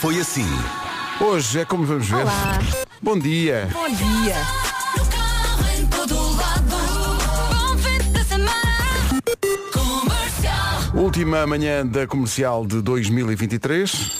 Foi assim. Hoje é como vamos ver. Olá. Bom dia. Bom dia. No carro, em todo lado. Bom fim de semana. Comercial. Última manhã da comercial de 2023.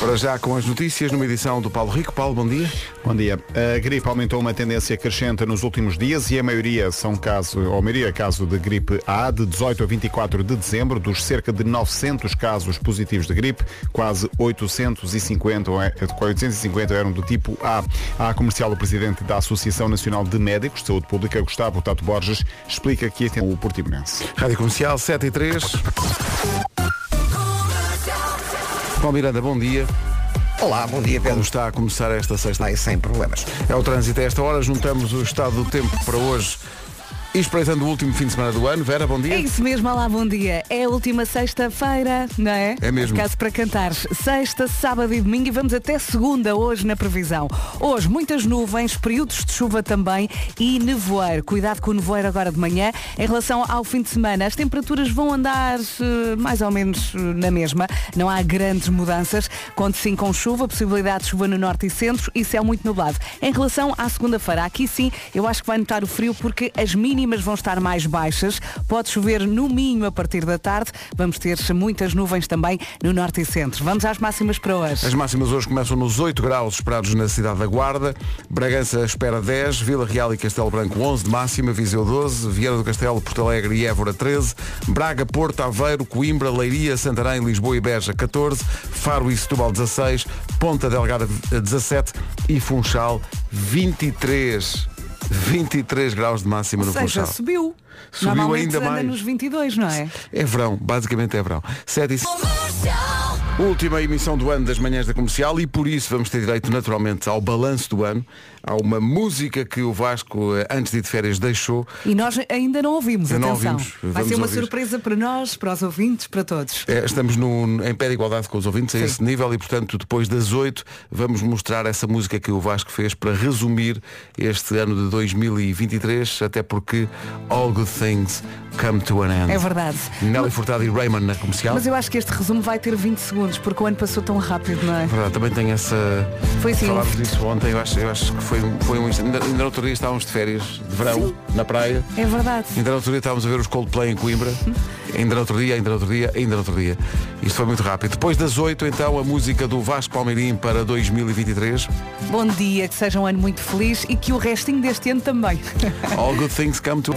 Para já com as notícias numa edição do Paulo Rico. Paulo, bom dia. Bom dia. A gripe aumentou uma tendência crescente nos últimos dias e a maioria são caso, ou a maioria é caso de gripe A de 18 a 24 de dezembro, dos cerca de 900 casos positivos de gripe, quase 850, ou é- 850 eram do tipo A. A comercial, o presidente da Associação Nacional de Médicos de Saúde Pública, Gustavo Tato Borges, explica que este é o Portimonense. Rádio Comercial 7 e 3. Paulo Miranda, bom dia. Olá, bom dia Como Pedro. está a começar esta sexta? Ai, sem problemas. É o trânsito a esta hora. Juntamos o estado do tempo para hoje. E espreitando o último fim de semana do ano. Vera, bom dia. É isso mesmo, olá, bom dia. É a última sexta-feira, não é? É mesmo. Caso para cantares. Sexta, sábado e domingo e vamos até segunda hoje na previsão. Hoje, muitas nuvens, períodos de chuva também e nevoeiro. Cuidado com o nevoeiro agora de manhã. Em relação ao fim de semana, as temperaturas vão andar eh, mais ou menos eh, na mesma. Não há grandes mudanças. Conte sim com chuva, possibilidade de chuva no norte e centro e céu muito nublado. Em relação à segunda-feira, aqui sim, eu acho que vai notar o frio porque as mínimas vão estar mais baixas. Pode chover no Minho a partir da tarde. Vamos ter muitas nuvens também no norte e centro. Vamos às máximas para As hoje. máximas hoje começam nos 8 graus esperados na cidade da Guarda. Bragança espera 10, Vila Real e Castelo Branco 11 de máxima, Viseu 12, Vieira do Castelo, Porto Alegre e Évora 13, Braga, Porto, Aveiro, Coimbra, Leiria, Santarém, Lisboa e Beja 14, Faro e Setúbal 16, Ponta Delgada eh, 17 e Funchal 23. 23 graus de máxima Ou no seja, Funchal. subiu. Subiu Normalmente ainda anda mais. nos 22, não é? É verão, basicamente é verão. 7 e Comercial. Última emissão do ano das manhãs da comercial e por isso vamos ter direito naturalmente ao balanço do ano. Há uma música que o Vasco, eh, antes de ir de férias, deixou. E nós ainda não ouvimos, Ainda não atenção. ouvimos. Vai Vamos ser uma ouvir. surpresa para nós, para os ouvintes, para todos. Eh, Estamos no, em pé de igualdade com os ouvintes a esse nível e, portanto, depois das oito vamos mostrar essa música que o Vasco fez para resumir este ano de 2023, até porque All Good Things Come to an End. É verdade. Nelly Furtado e Raymond na comercial. Mas eu acho que este resumo vai ter 20 segundos, porque o ano passou tão rápido, não é? Verdade, também tem essa. Foi assim, Falámos um- disso ontem, eu acho, eu acho que foi, um- foi um instante. Ainda, ainda no outro dia estávamos de férias, de verão, na praia. É verdade. Ainda no outro dia estávamos a ver os Coldplay em Coimbra. Hum. Ainda no outro dia, ainda no outro dia, ainda no outro dia. Isto foi muito rápido. Depois das 8, então, a música do Vasco Palmeirim para 2023. Bom dia, que seja um ano muito feliz e que o restinho deste ano também. All Good Things Come to...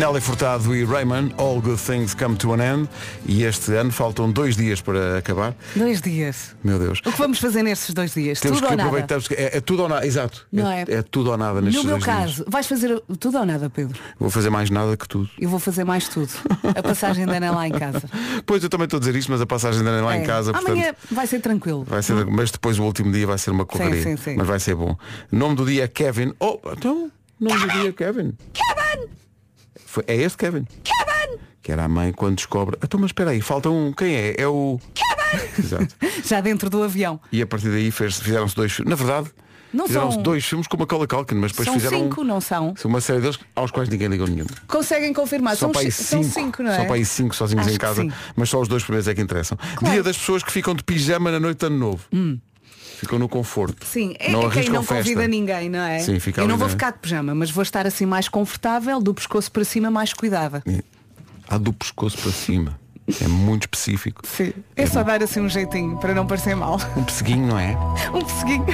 Nelly Furtado e Raymond, All Good Things Come to an End. E este ano faltam dois dias para acabar. dois dias. Meu Deus. O que vamos fazer nestes dois dias? Temos tudo que ou nada? aproveitar. É, é tudo ou nada, exato. Não é? tudo ou nada nestes No meu dois dias. caso, vais fazer tudo ou nada, Pedro? Vou fazer mais nada que tudo. Eu vou fazer mais tudo. A passagem da Ana lá em casa. Pois eu também estou a dizer isto, mas a passagem da Ana lá É. em casa, portanto. Amanhã vai ser tranquilo. Vai ser, mas depois o último dia vai ser uma correria. sim, sim. Mas vai ser bom. Nome do dia é Kevin. Oh, então, nome do dia é Kevin. Kevin! Foi, é este Kevin? Kevin! Que era a mãe quando descobre. Então, mas espera aí, falta um. Quem é? É o. Kevin! Exato. Já dentro do avião. E a partir daí fez- fizeram-se dois filmes. Na verdade, Não fizeram-se são- dois filmes com uma Cola Calkin, mas depois São fizeram. um- cinco, não são? Uma série deles aos quais ninguém ligou nenhum. Conseguem confirmar? Ah, Só são, para aí ci- são cinco, cinco, não é? Só para aí cinco sozinhos Acho em que casa, sim. mas só os dois primeiros é que interessam. Claro. Hum. Dia das pessoas que ficam de pijama na noite de ano novo. Ficam no conforto. Sim, é não que quem arriscam não convida festa. ninguém, não é? Sim, fica Eu ali não vou na- ficar de pijama, mas vou estar assim mais confortável, do pescoço para cima mais cuidada. Há do pescoço para cima. É muito específico. Sim. É só dar assim um jeitinho para não parecer mal. Um pesseguinho, não é? Um pesseguinho.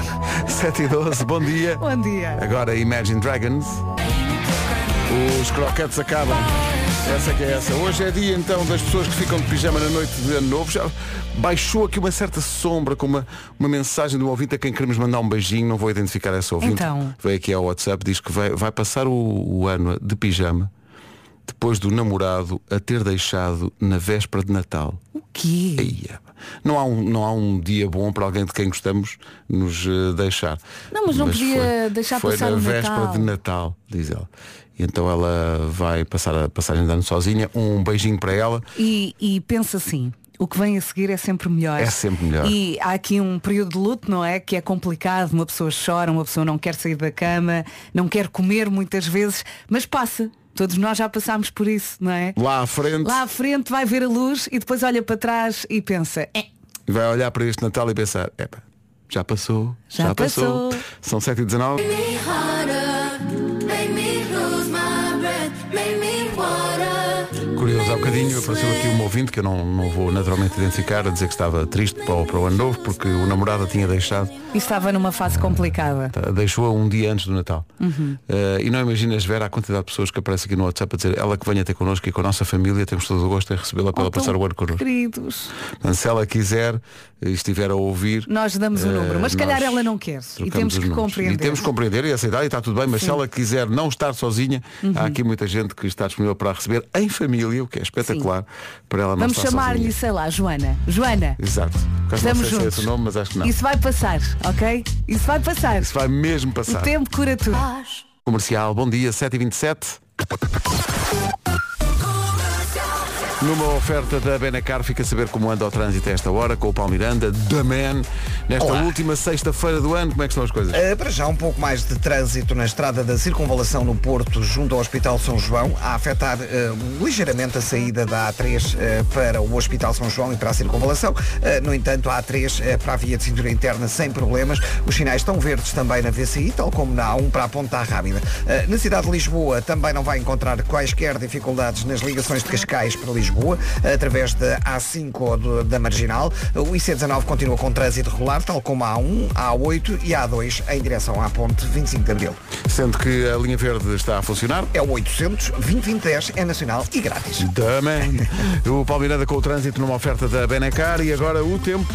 7 e 12, bom dia. Bom dia. Agora Imagine Dragons. Os croquetes acabam. Essa é que é essa. Hoje é dia então das pessoas que ficam de pijama na noite de ano novo. Já baixou aqui uma certa sombra com uma, uma mensagem de um ouvinte a quem queremos mandar um beijinho. Não vou identificar essa ouvinte. Então. Veio aqui ao WhatsApp, diz que vai, vai passar o, o ano de pijama depois do namorado a ter deixado na véspera de Natal. O quê? Eia. é. Não há, um, não há um dia bom para alguém de quem gostamos nos eh, deixar. Não, mas não podia deixar foi passar na o véspera Natal. de Natal, diz ela. E então ela vai passar a passagem de ano sozinha. Um beijinho para ela. E, e pensa assim. O que vem a seguir é sempre melhor. É sempre melhor. E há aqui um período de luto, não é? Que é complicado, uma pessoa chora, uma pessoa não quer sair da cama, não quer comer muitas vezes, mas passa. Todos nós já passámos por isso, não é? Lá à frente, Lá à frente vai ver a luz e depois olha para trás e pensa, "Eh, vai olhar para este Natal e pensar, epa, já passou, Já passou." São 7h19. me harder, make me lose my breath, make me water. Curioso, há bocadinho apareceu aqui é. um ouvinte que eu não, não vou naturalmente identificar, a dizer que estava triste para o, para o ano novo porque o namorado a tinha deixado, e estava numa fase complicada. tá, deixou-a um dia antes do Natal. Uhum. Eh, e não imaginas, Vera, a quantidade de pessoas que aparece aqui no WhatsApp a dizer ela que venha ter connosco e com a nossa família, temos todo o gosto em recebê-la para ela Oh, tão passar o ano connosco. Queridos, Portanto, se ela quiser e estiver a ouvir. nós damos o eh, número, mas se calhar nós ela não quer. E trocamos temos os que números. compreender. E temos que compreender e aceitar e está tudo bem, mas se ela quiser não estar sozinha, Uhum. há aqui muita gente que está disponível para a receber em família, o que é espetacular, para ela não Vamos estar sozinha. chamar-lhe, sei lá, Joana. Joana, Exato. Por acaso Estamos não sei se é juntos. esse o nome, mas acho que não. Isso, isso vai passar, ok? Isso vai passar. vai mesmo O passar. tempo cura tudo. Comercial, bom dia, 7h27. Numa oferta da Benacar, fica a saber como anda o trânsito a esta hora, com o Paulo Miranda, da Man. Nesta Olá. última sexta-feira do ano, como é que estão as coisas? Uh, para já um pouco mais de trânsito na estrada da circunvalação no Porto, junto ao Hospital São João, a afetar uh, ligeiramente a saída da A3 uh, para o Hospital São João e para a circunvalação. Uh, no entanto, a A3 uh, para a via de cintura interna sem problemas. Os sinais estão verdes também na VCI, tal como na A1 para a Ponta Rábida. Uh, na cidade de Lisboa também não vai encontrar quaisquer dificuldades nas ligações de Cascais para Lisboa, através da A5 ou do- da Marginal. O IC19 continua com trânsito regular, tal como a A1, a A8 e a A2 em direção à ponte 25 de Abril. Sendo que a linha verde está a funcionar. É o 800 2010 é nacional e grátis. Da Man. O Paulo Miranda com o trânsito numa oferta da Benacar e agora o tempo.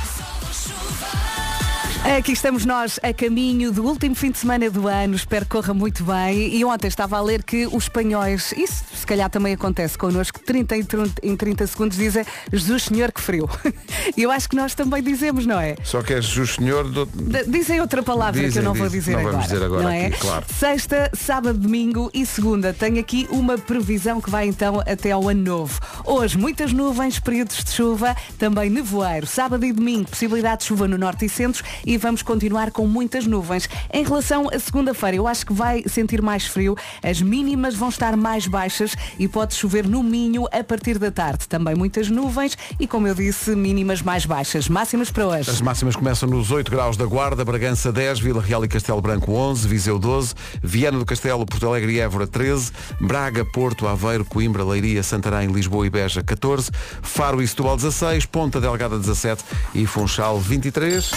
Aqui estamos nós a caminho do último fim de semana do ano, espero que corra muito bem. E ontem estava a ler que os espanhóis, isso se calhar também acontece connosco, 30 em 30, em 30 segundos dizem Jesus Senhor que frio. E eu acho que nós também dizemos, não é? Só que és justo, senhor. do- D- Dizem outra palavra Dizem, que eu não vou dizem. dizer Não agora. vamos dizer agora não é? aqui, claro. Sexta, sábado, domingo e segunda. Tenho aqui uma previsão que vai então até ao ano novo. Hoje, muitas nuvens, períodos de chuva, também nevoeiro. Sábado e domingo, possibilidade de chuva no norte e centro e vamos continuar com muitas nuvens. Em relação à segunda-feira, eu acho que vai sentir mais frio, as mínimas vão estar mais baixas e pode chover no Minho a partir da tarde. Também muitas nuvens e, como eu disse, mínimas mais baixas. Máximas para hoje. As máximas começam nos 8 graus da Guarda, Bragança 10, Vila Real e Castelo Branco 11, Viseu 12, Viana do Castelo, Porto Alegre e Évora 13, Braga, Porto, Aveiro, Coimbra, Leiria, Santarém, Lisboa e Beja 14, Faro e Setúbal 16, Ponta Delgada 17 e Funchal 23.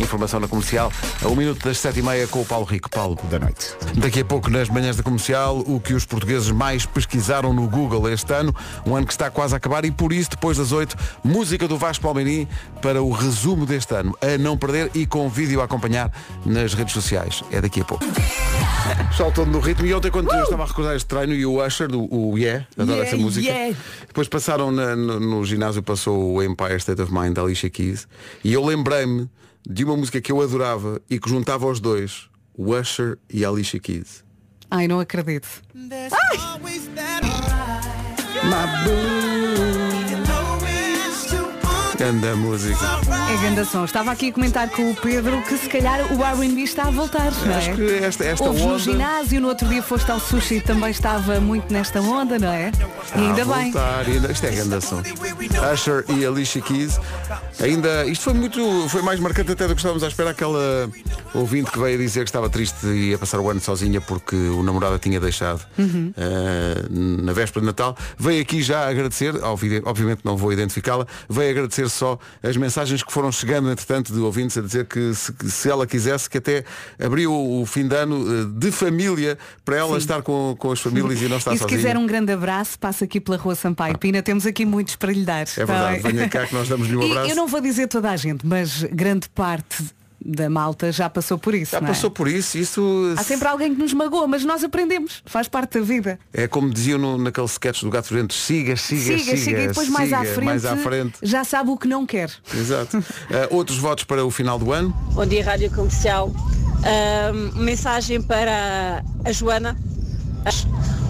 Informação na comercial a 1 minuto das 7h30 com o Paulo Rico. Paulo, da noite. Daqui a pouco, nas manhãs da comercial, o que os portugueses mais pesquisaram no Google este ano, um ano que está quase a acabar, e por isso, depois das 8, música do Vasco Palmeirim para o resumo deste ano, a não perder e com vídeo a acompanhar nas redes sociais. É daqui a pouco. Pessoal todo no ritmo, e ontem, quando eu estava a recordar este treino, e o Usher, do, o Yeah, adoro Yeah, essa música, yeah. depois passaram na- no, no ginásio, passou o Empire State of Mind da Alicia Keys, e eu lembrei-me de uma música que eu adorava e que juntava os dois, o Usher e a Alicia Keys. Ai, não acredito. Ganda música. É grande som. Estava aqui a comentar com o Pedro que se calhar o R&B está a voltar, não é? Acho que esta, esta Houve no onda. ginásio, no outro dia foste ao sushi e também estava muito nesta onda, não é? E ainda a bem. voltar, ainda- Isto é grande som. Usher e Alicia Keys. Ainda, isto foi muito, foi mais marcante até do que estávamos à espera. Aquela ouvinte que veio dizer que estava triste e ia passar o ano sozinha porque o namorado a tinha deixado Uhum. eh, na véspera de Natal. Veio aqui já agradecer, obvi- obviamente não vou identificá-la, veio agradecer só as mensagens que foram chegando, entretanto, de ouvintes a dizer que se, que se ela quisesse, que até abriu o fim de ano eh, de família para ela estar com, com as famílias e não estar E se sozinha. quiser um grande abraço, passa aqui pela Rua Sampaio Pina. Temos aqui muitos para lhe dar. É verdade. Venha cá que nós damos-lhe um abraço. E eu não vou dizer toda a gente, mas grande parte da malta já passou por isso, Já não é? passou por isso, isso Há sempre alguém que nos magoa, mas nós aprendemos. Faz parte da vida. é como diziam no, naquele sketch do Gato Vento, siga, siga, siga, Siga, siga e depois mais, à siga, frente, mais à frente. já sabe o que não quer. Exato. Ah, outros votos para o final do ano. Bom dia, Rádio Comercial. Ahm, mensagem para a Joana.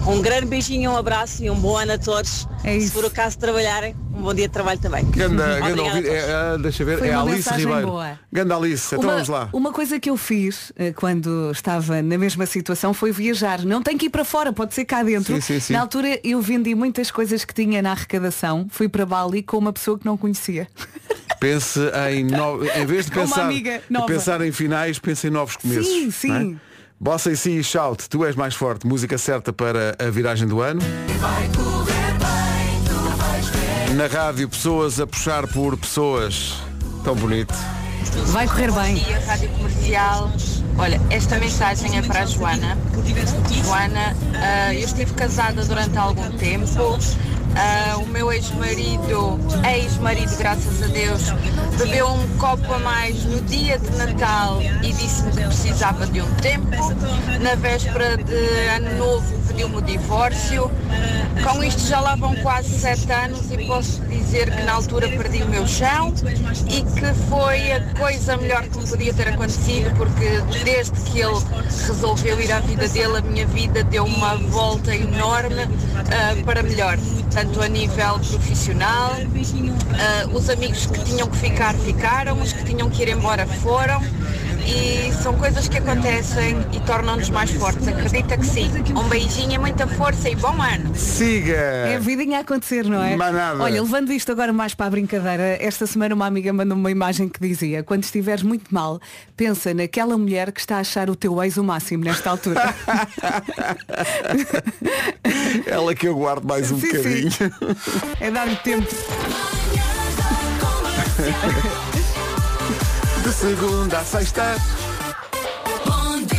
Um grande beijinho, um abraço e um bom ano a todos. É isso. Se por acaso trabalharem, um bom dia de trabalho também. Ganda, Obrigada ganda a ouvinte, todos. é, é, deixa ver, Foi é uma Alice mensagem Ribeiro. boa. Ganda Alice, então uma, vamos lá. uma coisa que eu fiz eh, quando estava na mesma situação foi viajar. Não tem que ir para fora, pode ser cá dentro. Sim, sim, sim. Na altura eu vendi muitas coisas que tinha na arrecadação. Fui para Bali com uma pessoa que não conhecia. Pense em no... em vez de Com uma pensar, amiga nova. pensar em finais, pense em novos começos. Sim, sim. não é? Bossa e si e shout, tu és mais forte, música certa para a viragem do ano. Na rádio, pessoas a puxar por pessoas. Tão bonito. Vai correr bem. dia, Rádio Comercial. Olha, esta mensagem é para a Joana. Joana, ah, eu estive casada durante algum tempo. Ah, o meu ex-marido, ex-marido, graças a Deus, bebeu um copo a mais no dia de Natal e disse-me que precisava de um tempo. Na véspera de Ano Novo pediu-me o divórcio. Com isto já lá vão quase sete anos e posso dizer que na altura perdi o meu chão e que foi a coisa melhor que me podia ter acontecido porque desde que ele resolveu ir à vida dele, a minha vida deu uma volta enorme ah, para melhor, tanto a nível profissional, ah, os amigos que tinham que ficar ficaram, os que tinham que ir embora foram e são coisas que acontecem e tornam-nos mais fortes, acredita que sim. Um beijinho, muita força e bom ano! Siga! É a vidinha a acontecer, não é? Mas nada. Olha, levando isto agora mais para a brincadeira, esta semana uma amiga mandou-me uma imagem que dizia quando estiveres muito mal, pensa naquela mulher que está a achar o teu ex o máximo nesta altura. Ela que eu guardo mais um Sim, bocadinho. sim. É dar-lhe tempo. Manhãs da Comercial. De segunda a sexta. Bom dia.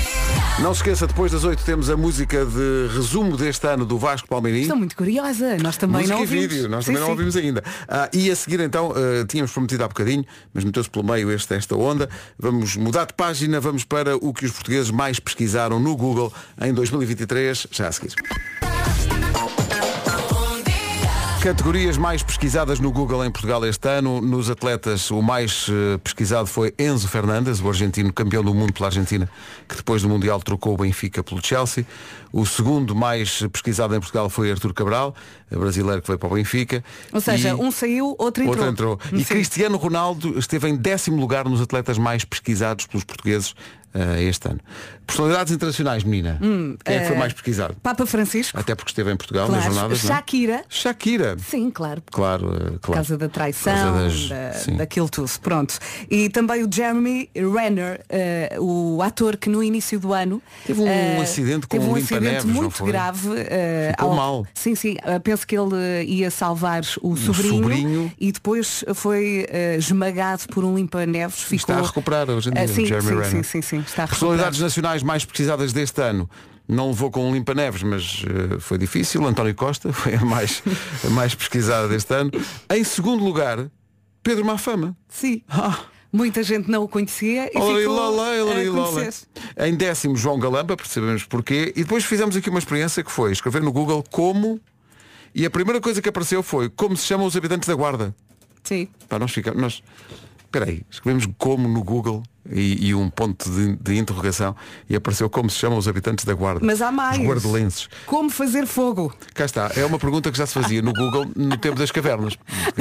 Não se esqueça, depois das oito temos a música de resumo deste ano do Vasco Palmeirim. Estou muito curiosa. Nós também Música não e ouvimos. vídeo, nós Sim, também não sim. ouvimos ainda. Ah, e a seguir então, ah, tínhamos prometido há bocadinho, mas meteu-se pelo meio este, esta onda. Vamos mudar de página, vamos para o que os portugueses mais pesquisaram no Google em 2023, já a seguir. Bom dia. Categorias mais pesquisadas no Google em Portugal este ano. Nos atletas, o mais eh, pesquisado foi Enzo Fernandes, o argentino campeão do mundo pela Argentina, que depois do Mundial trocou o Benfica pelo Chelsea. O segundo mais pesquisado em Portugal foi Artur Cabral, brasileiro que veio para o Benfica. Ou seja, E- um saiu, outro entrou. Outro entrou. E Cristiano Ronaldo esteve em décimo lugar nos atletas mais pesquisados pelos portugueses eh, este ano. Personalidades internacionais, menina. Quem é que foi mais pesquisado? Papa Francisco. Até porque esteve em Portugal nas Hum, eh, Claro. jornadas. não é? Shakira. Shakira. Sim, claro. Por Claro, eh, claro. Por causa da traição, causa das- da- sim. daquilo tudo, pronto. E também o Jeremy Renner, eh, o ator que no início do ano Teve um eh, acidente com teve um um limpa-neves, acidente não muito foi? grave. eh, Ficou mal. Sim, sim. eh, penso que ele eh, ia salvar o sobrinho, sobrinho. e depois foi eh, esmagado por um limpa-neves. Ficou... Está a recuperar hoje em Ah, dia, sim, Jeremy sim, Renner. sim, sim, sim, está a recuperar. Personalidades nacionais mais pesquisadas deste ano. Não levou com o Limpa Neves, mas eh, foi difícil. António Costa foi a mais, a mais pesquisada deste ano. Em segundo lugar, Pedro Mafama. Sim. Ah. Muita gente não o conhecia e Olari, ficou lolá, a olari, lolá. conhecer. Em décimo, João Galamba, percebemos porquê. E depois fizemos aqui uma experiência que foi escrever no Google como. E a primeira coisa que apareceu foi como se chamam os habitantes da guarda. Sim. Pá, nós ficamos. Nós, espera aí, escrevemos como no Google e, e um ponto de, de interrogação e apareceu como se chamam os habitantes da guarda. Mas há mais. Os guardelenses. Como fazer fogo? Cá está. É uma pergunta que já se fazia no Google no tempo das cavernas.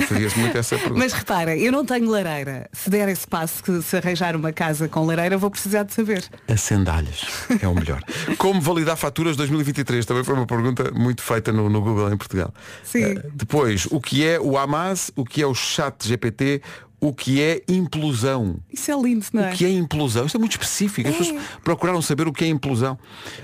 Fazia-se muito essa pergunta. Mas repara, eu não tenho lareira. Se der esse passo que se arranjar uma casa com lareira, vou precisar de saber. Acendalhas. É o melhor. Como validar faturas 2023? Também foi uma pergunta muito feita no, no Google em Portugal. Sim. Eh, depois, o que é o Hamas? O que é o chat GPT? O que é implosão? Isso é lindo, não é? O que é implosão? Isto é muito específico. As pessoas procuraram saber o que é implosão.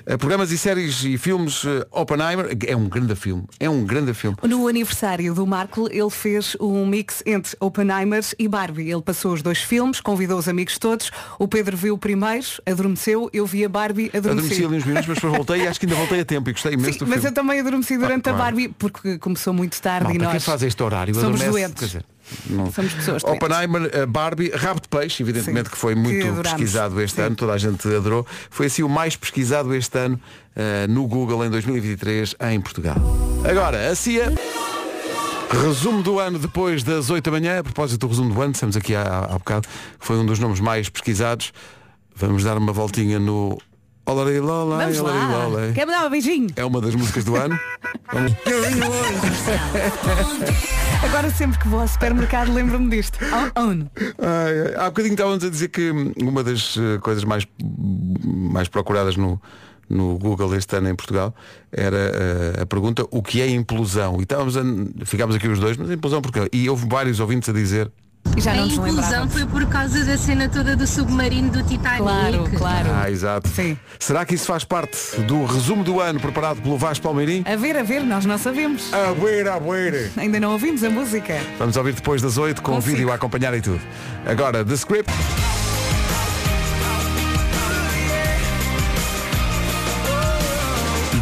Eh, programas e séries e filmes, eh, Oppenheimer, é um grande filme. É um grande filme. No aniversário do Marco, ele fez um mix entre Oppenheimer e Barbie. Ele passou os dois filmes, convidou os amigos todos. O Pedro viu o primeiro, adormeceu. Eu vi a Barbie, Adormeci adormeci. ali uns minutos, mas depois voltei e acho que ainda voltei a tempo e gostei imenso Sim, do mas filme. Ah, eu também adormeci durante a claro. Barbie porque começou muito tarde Malta, e nós quem faz este horário somos adormece, doentes. quer dizer, não- Somos pessoas doentes. Oppenheimer, eh, Barbie, Rabo de Peixe, evidentemente Sim, que foi que muito adorámos. pesquisado este Sim. ano, toda a gente adorou. Foi assim o mais pesquisado este ano eh, no Google em 2023 em Portugal. Agora, a CIA. Resumo do ano depois das 8 da manhã, a propósito do resumo do ano, estamos aqui há, há bocado, que foi um dos nomes mais pesquisados. Vamos dar uma voltinha no Olari, lola, Vamos olari, lá. lola. Quer me dar um beijinho? É uma das músicas do ano. Vamos- Agora sempre que vou ao supermercado lembro-me disto. Oh, oh. Ai, ai. Há bocadinho estávamos a dizer que hum, uma das eh, coisas mais, mais procuradas no, no Google este ano em Portugal era eh, a pergunta o que é implosão? E estávamos a, ficámos aqui os dois, mas implosão porque E houve vários ouvintes a dizer E já A não nos inclusão lembrava. foi por causa da cena toda do submarino do Titanic. Claro, claro. Ah, exato. Sim. Será que isso faz parte do resumo do ano preparado pelo Vasco Palmeirim? A ver, a ver, nós não sabemos. A ver, a ver. Ainda não ouvimos a música. Vamos ouvir depois das 8 com o Consigo. vídeo a acompanhar e tudo. Agora, The Script.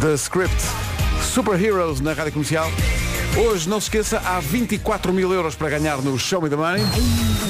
The Script. Superheroes na Rádio Comercial. Hoje, não se esqueça, há 24 mil euros para ganhar no Show Me the Money.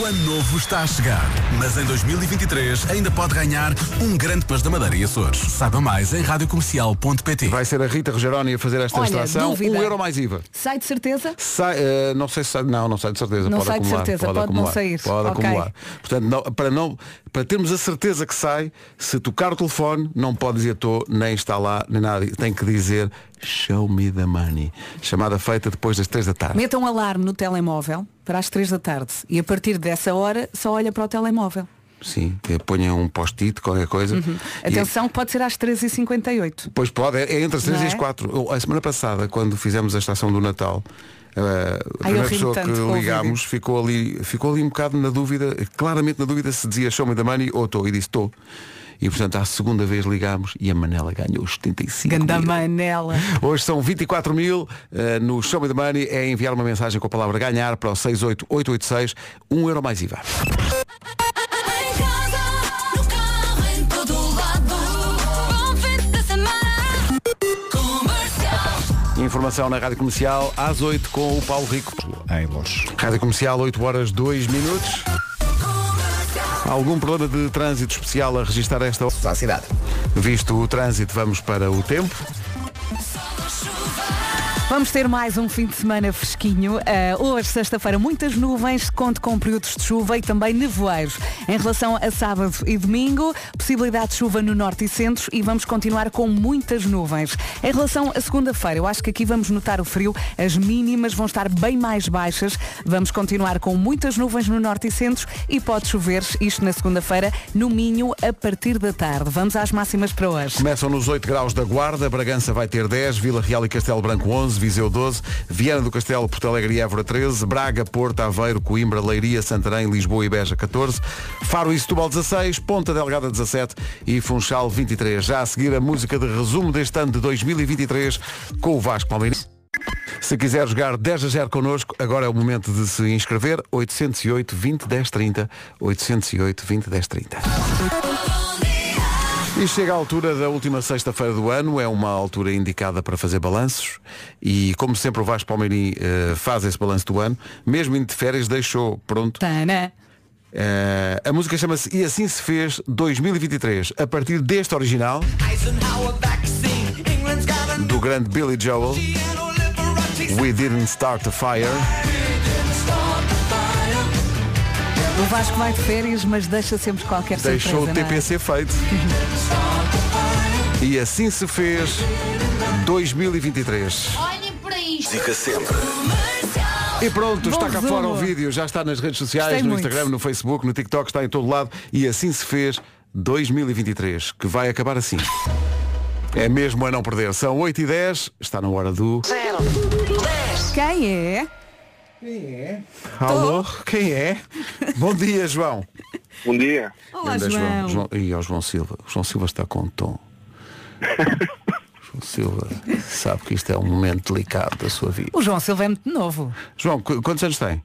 O ano novo está a chegar, mas em 2023 ainda pode ganhar um grande paz da Madeira e Açores. Saiba mais em radiocomercial.pt. Vai ser a Rita Rogeroni a fazer esta Olha, extração. dúvida. Um euro mais IVA. Sai de certeza? Sai, eh, não sei se sai, não, não sai de certeza. Não pode sai de acumular, certeza, pode, pode não acumular, sair. Pode Ok. acumular. Portanto, não- para, não, para termos a certeza que sai, se tocar o telefone, não pode dizer estou, nem está lá, nem nada. Tem que dizer show me the money. Chamada feita depois das 3 da tarde. Meta um alarme no telemóvel para as 3 da tarde e a partir dessa hora só olha para o telemóvel. Sim, eh, ponha um post-it, qualquer coisa. E- Uhum. é Atenção, que pode ser às 13h58. Pois pode, é é entre as 3 Não é? e as 4. Eu, A semana passada, quando fizemos a estação do Natal, eh, a Ai, eu primeira ri-me pessoa tanto com o que ligámos ficou ali, ficou ali um bocado na dúvida, claramente na dúvida se dizia show me the money ou estou, e disse estou. E portanto, à segunda vez ligámos e a Manela ganhou os 75 Ganda mil. manela. Hoje são 24 mil. eh, no Show Me the Money é enviar uma mensagem com a palavra ganhar para o 68886, 1 euro mais IVA. Em casa, no carro, em todo lado. Bom fim de semana. Comercial. Informação na Rádio Comercial às 8 com o Paulo Rico. Em Loche. Rádio Comercial, 8 horas 2 minutos. Algum problema de trânsito especial a registrar esta hora? à cidade. Visto o trânsito, vamos para o tempo. Vamos ter mais um fim de semana fresquinho. Ah, hoje, sexta-feira, muitas nuvens, conto com períodos de chuva e também nevoeiros. Em relação a sábado e domingo, possibilidade de chuva no norte e centro e vamos continuar com muitas nuvens. Em relação a segunda-feira, eu acho que aqui vamos notar o frio, as mínimas vão estar bem mais baixas. Vamos continuar com muitas nuvens no norte e centro e pode chover, isto na segunda-feira, no Minho, a partir da tarde. Vamos às máximas para hoje. Começam nos 8 graus da Guarda, Bragança vai ter 10, Vila Real e Castelo Branco 11, Viseu 12, Viana do Castelo, Porto Alegre e Évora 13, Braga, Porto, Aveiro, Coimbra, Leiria, Santarém, Lisboa e Beja 14, Faro e Setúbal 16, Ponta Delgada 17 e Funchal 23. Já a seguir a música de resumo deste ano de 2023 com o Vasco Palmeiras. Se quiser jogar 10 a 0 connosco, agora é o momento de se inscrever. 808 20 10 30. 808 20 10 30. E chega a altura da última sexta-feira do ano, é uma altura indicada para fazer balanços e como sempre o Vasco Palmeirim eh, faz esse balanço do ano, mesmo indo de férias deixou pronto. Tana. Eh, a música chama-se E Assim Se Fez 2023, a partir deste original do grande Billy Joel, We Didn't Start the Fire. O Vasco vai de férias, mas deixa sempre qualquer deixou o surpresa. não é? TPC feito. e assim se fez 2023. Olhem para isto. E pronto, está cá resumo. fora o vídeo, já está nas redes sociais, Gostei no muito. Instagram, no Facebook, no TikTok, está em todo lado. E assim se fez 2023, que vai acabar assim. É mesmo a não perder. São 8 e 10 está na hora do. Quem é? Alô? Quem é? Bom dia, João. Bom dia. Olá, Anda, João. João. E ao João Silva. O João Silva está com tom. João Silva sabe que isto é um momento delicado da sua vida. O João Silva é muito novo. João, qu- quantos anos tem?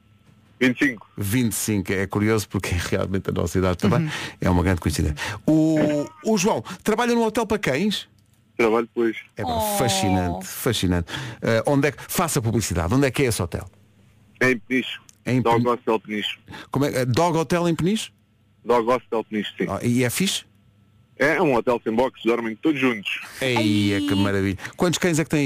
25. 25, é curioso porque é realmente a nossa idade também. É uma grande coincidência. O, o João, trabalha num hotel para cães? Trabalho depois. É pá, fascinante, fascinante. Ah, onde é que, faça publicidade, onde é que é esse hotel? É em Peniche. É em Dog Peniche. Hostel Peniche. Como é, ah, Dog Hotel em Peniche? Dog Hostel Peniche, sim. Ah, e é fixe? É um hotel sem box, dormem todos juntos. Ei, é que maravilha. Quantos cães é que tem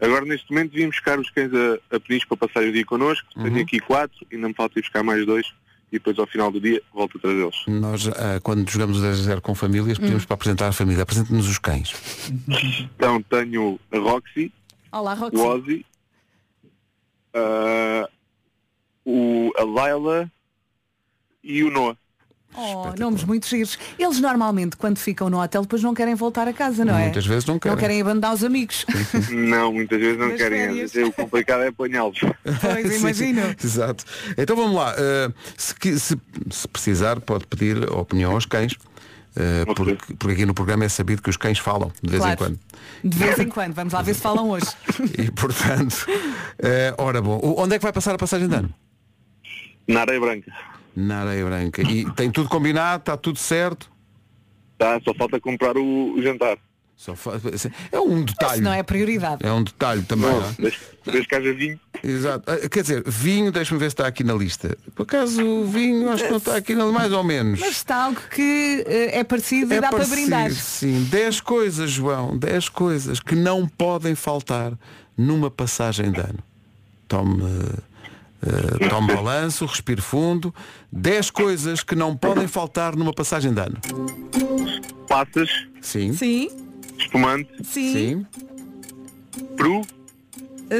aí? Agora, neste momento, Uhum. vim buscar os cães a, a Peniche para passar o dia connosco. Tenho aqui quatro, ainda me falta ir buscar mais dois. e depois ao final do dia volto a trazê-los. Nós, ah, quando jogamos o 10 a 0 com famílias, pedimos para apresentar a família. Apresente-nos os cães. Então tenho a Roxy, Olá, o Ozzy, ah, o, a Laila e o Noah. Oh, nomes muito giros. Eles normalmente, quando ficam no hotel, depois não querem voltar a casa, não é? Muitas vezes não querem. Não querem abandonar os amigos. Não, muitas vezes não Nas querem. férias. O complicado é apanhá-los. Pois, Sim, imagino. Exato. Então vamos lá. eh, se, qui- se- se precisar, pode pedir opinião aos cães. eh, porque, porque aqui no programa é sabido que os cães falam de vez em Claro. quando. De vez em quando. Vamos lá ver se falam hoje. E portanto, eh, ora bom, o- onde é que vai passar a passagem de ano? Na areia branca. Na areia branca. E tem tudo combinado, está tudo certo. Tá, só falta comprar o, o jantar. Só fa- É um detalhe. Se não é prioridade. É um detalhe também. Ah. não é? Três cajas de vinho. Exato. Ah, Quer dizer, vinho, deixa-me ver se está aqui na lista. Por acaso o vinho acho que não está aqui na mais ou menos. Mas está algo que eh, é parecido e dá parecido, para brindar. Sim, 10 coisas, João, 10 coisas que não podem faltar numa passagem de ano. Tome, eh, tome balanço, respire fundo. 10 coisas que não podem faltar numa passagem de ano. Passas, Sim, sim. Sim, espumante, sim. Eh, peru,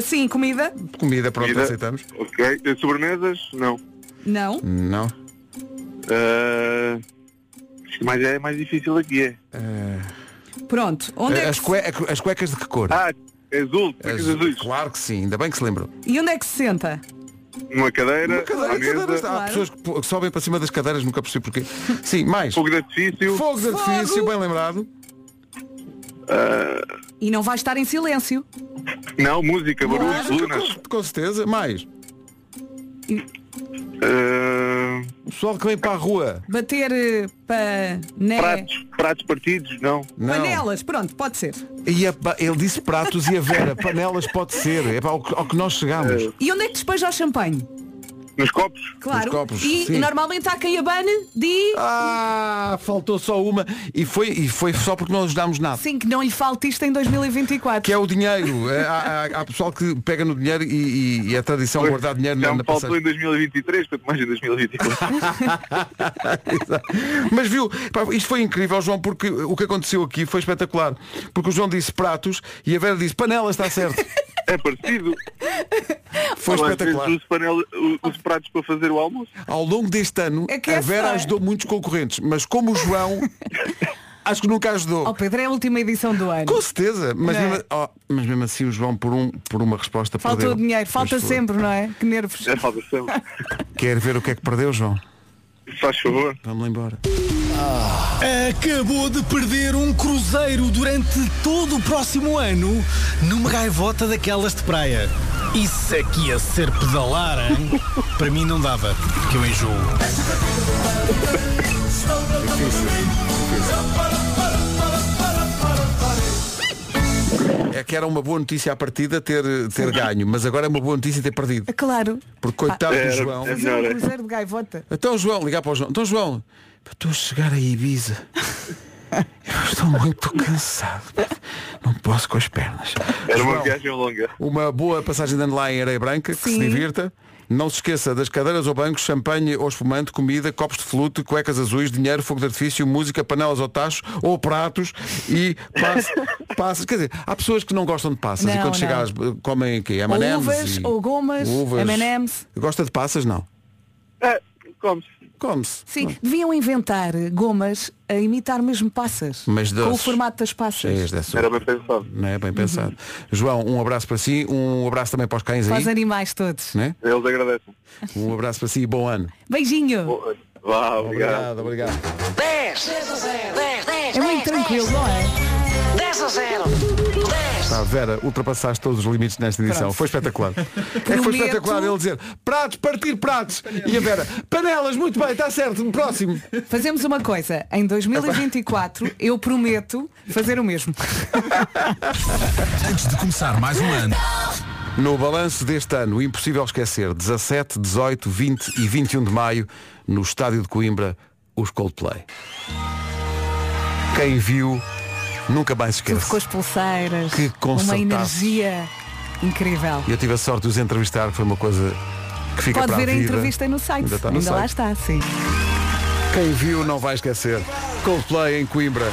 Sim, comida? Comida, pronto, Comida. aceitamos. ok. Eh, Sobremesas, não. Não. Não. Ah, isto mais é mais difícil aqui é. Pronto. Onde é Eh, As, que cue- as cuecas de que cor? Ah, azul, tecas É Azul. azuis. Claro que sim, ainda bem que se lembrou. se- E onde é que se senta? Numa cadeira, Uma cadeira, à mesa, cadeiras, Há Claro. pessoas que, po- que sobem para cima das cadeiras, nunca percebi porquê. Sim, mais. fogo de artifício, Fogo de artifício, Fogo. bem lembrado. E não vai estar em silêncio. não, música, barulhos, lunas. Com, com certeza, mais. Ah, O pessoal que vem para a rua. Bater eh, pané... pratos, pratos partidos, não. Não. panelas. Pronto, pode ser. E a pa- ele disse pratos e a Vera, panelas pode ser. É para ao, que- ao que nós chegamos. E onde é que despeja o champanhe? Nos copos, Claro. Nos copos, e sim. normalmente há quem abane de... Ah, faltou só uma. E foi, e foi só porque não ajudámos nada. Sim, que não lhe falte isto em 2024. Que é o dinheiro. É, há, há- há pessoal que pega no dinheiro e, e- e é um tradição guardar dinheiro na, já na me faltou passagem. em 2023, quanto mais em 2024. Mas viu, pá, isto foi incrível, João, porque o que aconteceu aqui foi espetacular. Porque o João disse pratos e a Vera disse panelas, está certo. é parecido. Foi Olá, espetacular. Os, panel, os pratos para fazer o almoço. Ao longo deste ano, É que a essa Vera é. ajudou muitos concorrentes, mas como o João, acho que nunca ajudou. Oh Pedro, é a última edição do ano. Com certeza, mas, Não é? mesmo, oh, mas mesmo assim o João por, um, por uma resposta Falta perdeu. o dinheiro, falta Pois foi. sempre, não é? Que nervos. É falta sempre. Quer ver o que é que perdeu, João? Faz favor. Vamos lá embora. Acabou de perder um cruzeiro durante todo o próximo ano numa gaivota daquelas de praia. Isso aqui a ser pedalar, hein? Para mim não dava, porque eu enjoo. É que era uma boa notícia à partida ter, ter ganho, mas agora é uma boa notícia ter perdido. Ah, Claro. Porque coitado do Era- João. era- Fazer um Melhor, é? cruzeiro de gaivota. Então João, ligar para o João. Então João, eu estou a chegar a Ibiza. Eu estou muito cansado. Não posso com as pernas. Era uma João, viagem longa. Uma boa passagem de ano lá em Areia Branca, que se Sim. divirta. Não se esqueça das cadeiras ou bancos, champanhe ou espumante, comida, copos de flute, cuecas azuis, dinheiro, fogo de artifício, música, panelas ou tachos ou pratos e passe- passas. Quer dizer, há pessoas que não gostam de passas e Não, quando não. chegam às- comem aqui, M&M's uvas, e- ou gomas, M&M's. Gosta de passas? Não. É, come-se. Come-se. Sim, deviam inventar gomas a imitar mesmo passas. Mas Com o doces. formato das Cheias passas. de açúcar. Era bem pensado. é Não é bem Uhum. pensado. João, um abraço para si, um abraço também para os cães Para os aí. animais todos. Né? Eles agradecem. Um abraço para si e bom ano. Beijinho. Boa. Vá, obrigado. obrigado. É muito tranquilo, não é? Ah, Vera, ultrapassaste todos os limites nesta edição. Pronto. Foi espetacular. é que foi Prometo. espetacular ele dizer pratos, partir pratos. E a Vera, panelas, muito bem, está certo, próximo. Fazemos uma coisa. Em 2024, eu prometo fazer o mesmo. Antes de começar mais um ano, No balanço deste ano, impossível esquecer, 17, 18, 20 e 21 de maio, no estádio de Coimbra, os Coldplay. Quem viu, nunca mais Tudo com esquece. as pulseiras. Que uma concertaço. energia incrível. E eu tive a sorte de os entrevistar, que foi uma coisa que fica Pode para ver a, vida. entrevista aí no site. Ainda Ainda, está no lá site. está, sim. Quem viu não vai esquecer. Coldplay em Coimbra.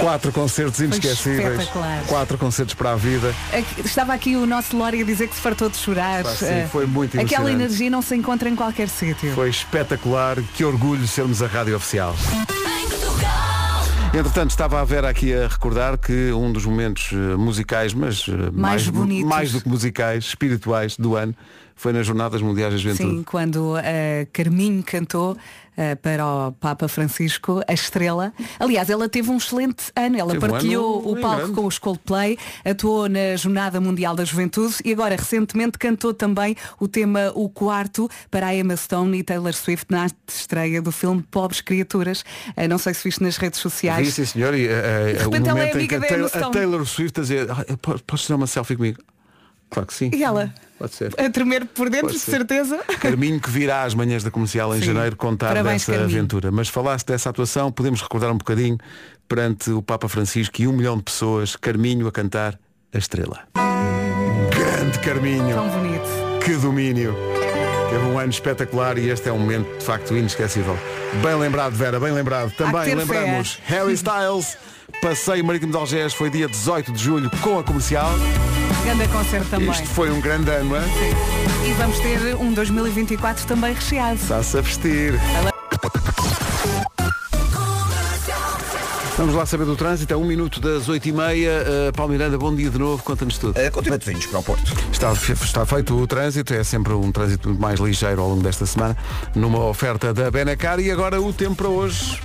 Quatro concertos inesquecíveis. espetacular. Quatro concertos para a vida. Aqui- estava aqui o nosso Lori a dizer que se fartou de chorar. Pá, sim, Eh, foi muito Aquela emocionante. energia não se encontra em qualquer sítio. Foi espetacular. Que orgulho sermos a rádio oficial. Entretanto, estava a Vera aqui a recordar que um dos momentos eh, musicais, mas eh, Mais bonitos. mais do que musicais, espirituais do ano, foi nas Jornadas Mundiais da Juventude. Sim, quando eh, Carminho cantou eh, para o Papa Francisco a estrela. Aliás, ela teve um excelente ano. Ela Teve um partilhou ano o em palco grande. com os Coldplay, atuou na Jornada Mundial da Juventude e agora recentemente cantou também o tema O Quarto para a Emma Stone e Taylor Swift na estreia do filme Pobres Criaturas. Eh, não sei se viste nas redes sociais. Vi, sim, senhor, e, eh, eh, repente o momento ela é em que amiga a da Taylor, Emma a Stone. Taylor Swift a dizer, "Ah, eu po- posso tirar uma selfie comigo? Claro que sim. E ela? Pode ser. A tremer por dentro, Pode de ser. certeza. Carminho que virá às manhãs da comercial em Sim. janeiro contar Parabéns, dessa Carminho. aventura. Mas falaste dessa atuação, podemos recordar um bocadinho perante o Papa Francisco e um milhão de pessoas, Carminho a cantar a estrela. Grande Carminho! Tão bonito. Que domínio! Teve um ano espetacular e este é um momento de facto inesquecível. Bem lembrado, Vera, bem lembrado. Há que Também ter fé. lembramos Harry Styles, passeio marítimo de Algés, foi dia 18 de julho com a comercial. Grande concerto também. Isto foi um grande ano, não é? E vamos ter um 2024 também recheado. Está-se a vestir. Vamos lá saber do trânsito, é um minuto das 8h30. Uh, Paulo Miranda, bom dia de novo, conta-nos tudo. Eh, Continua de vinhos para o Porto. Está, está feito o trânsito, é sempre um trânsito muito mais ligeiro ao longo desta semana, numa oferta da Benacar e agora o tempo para hoje.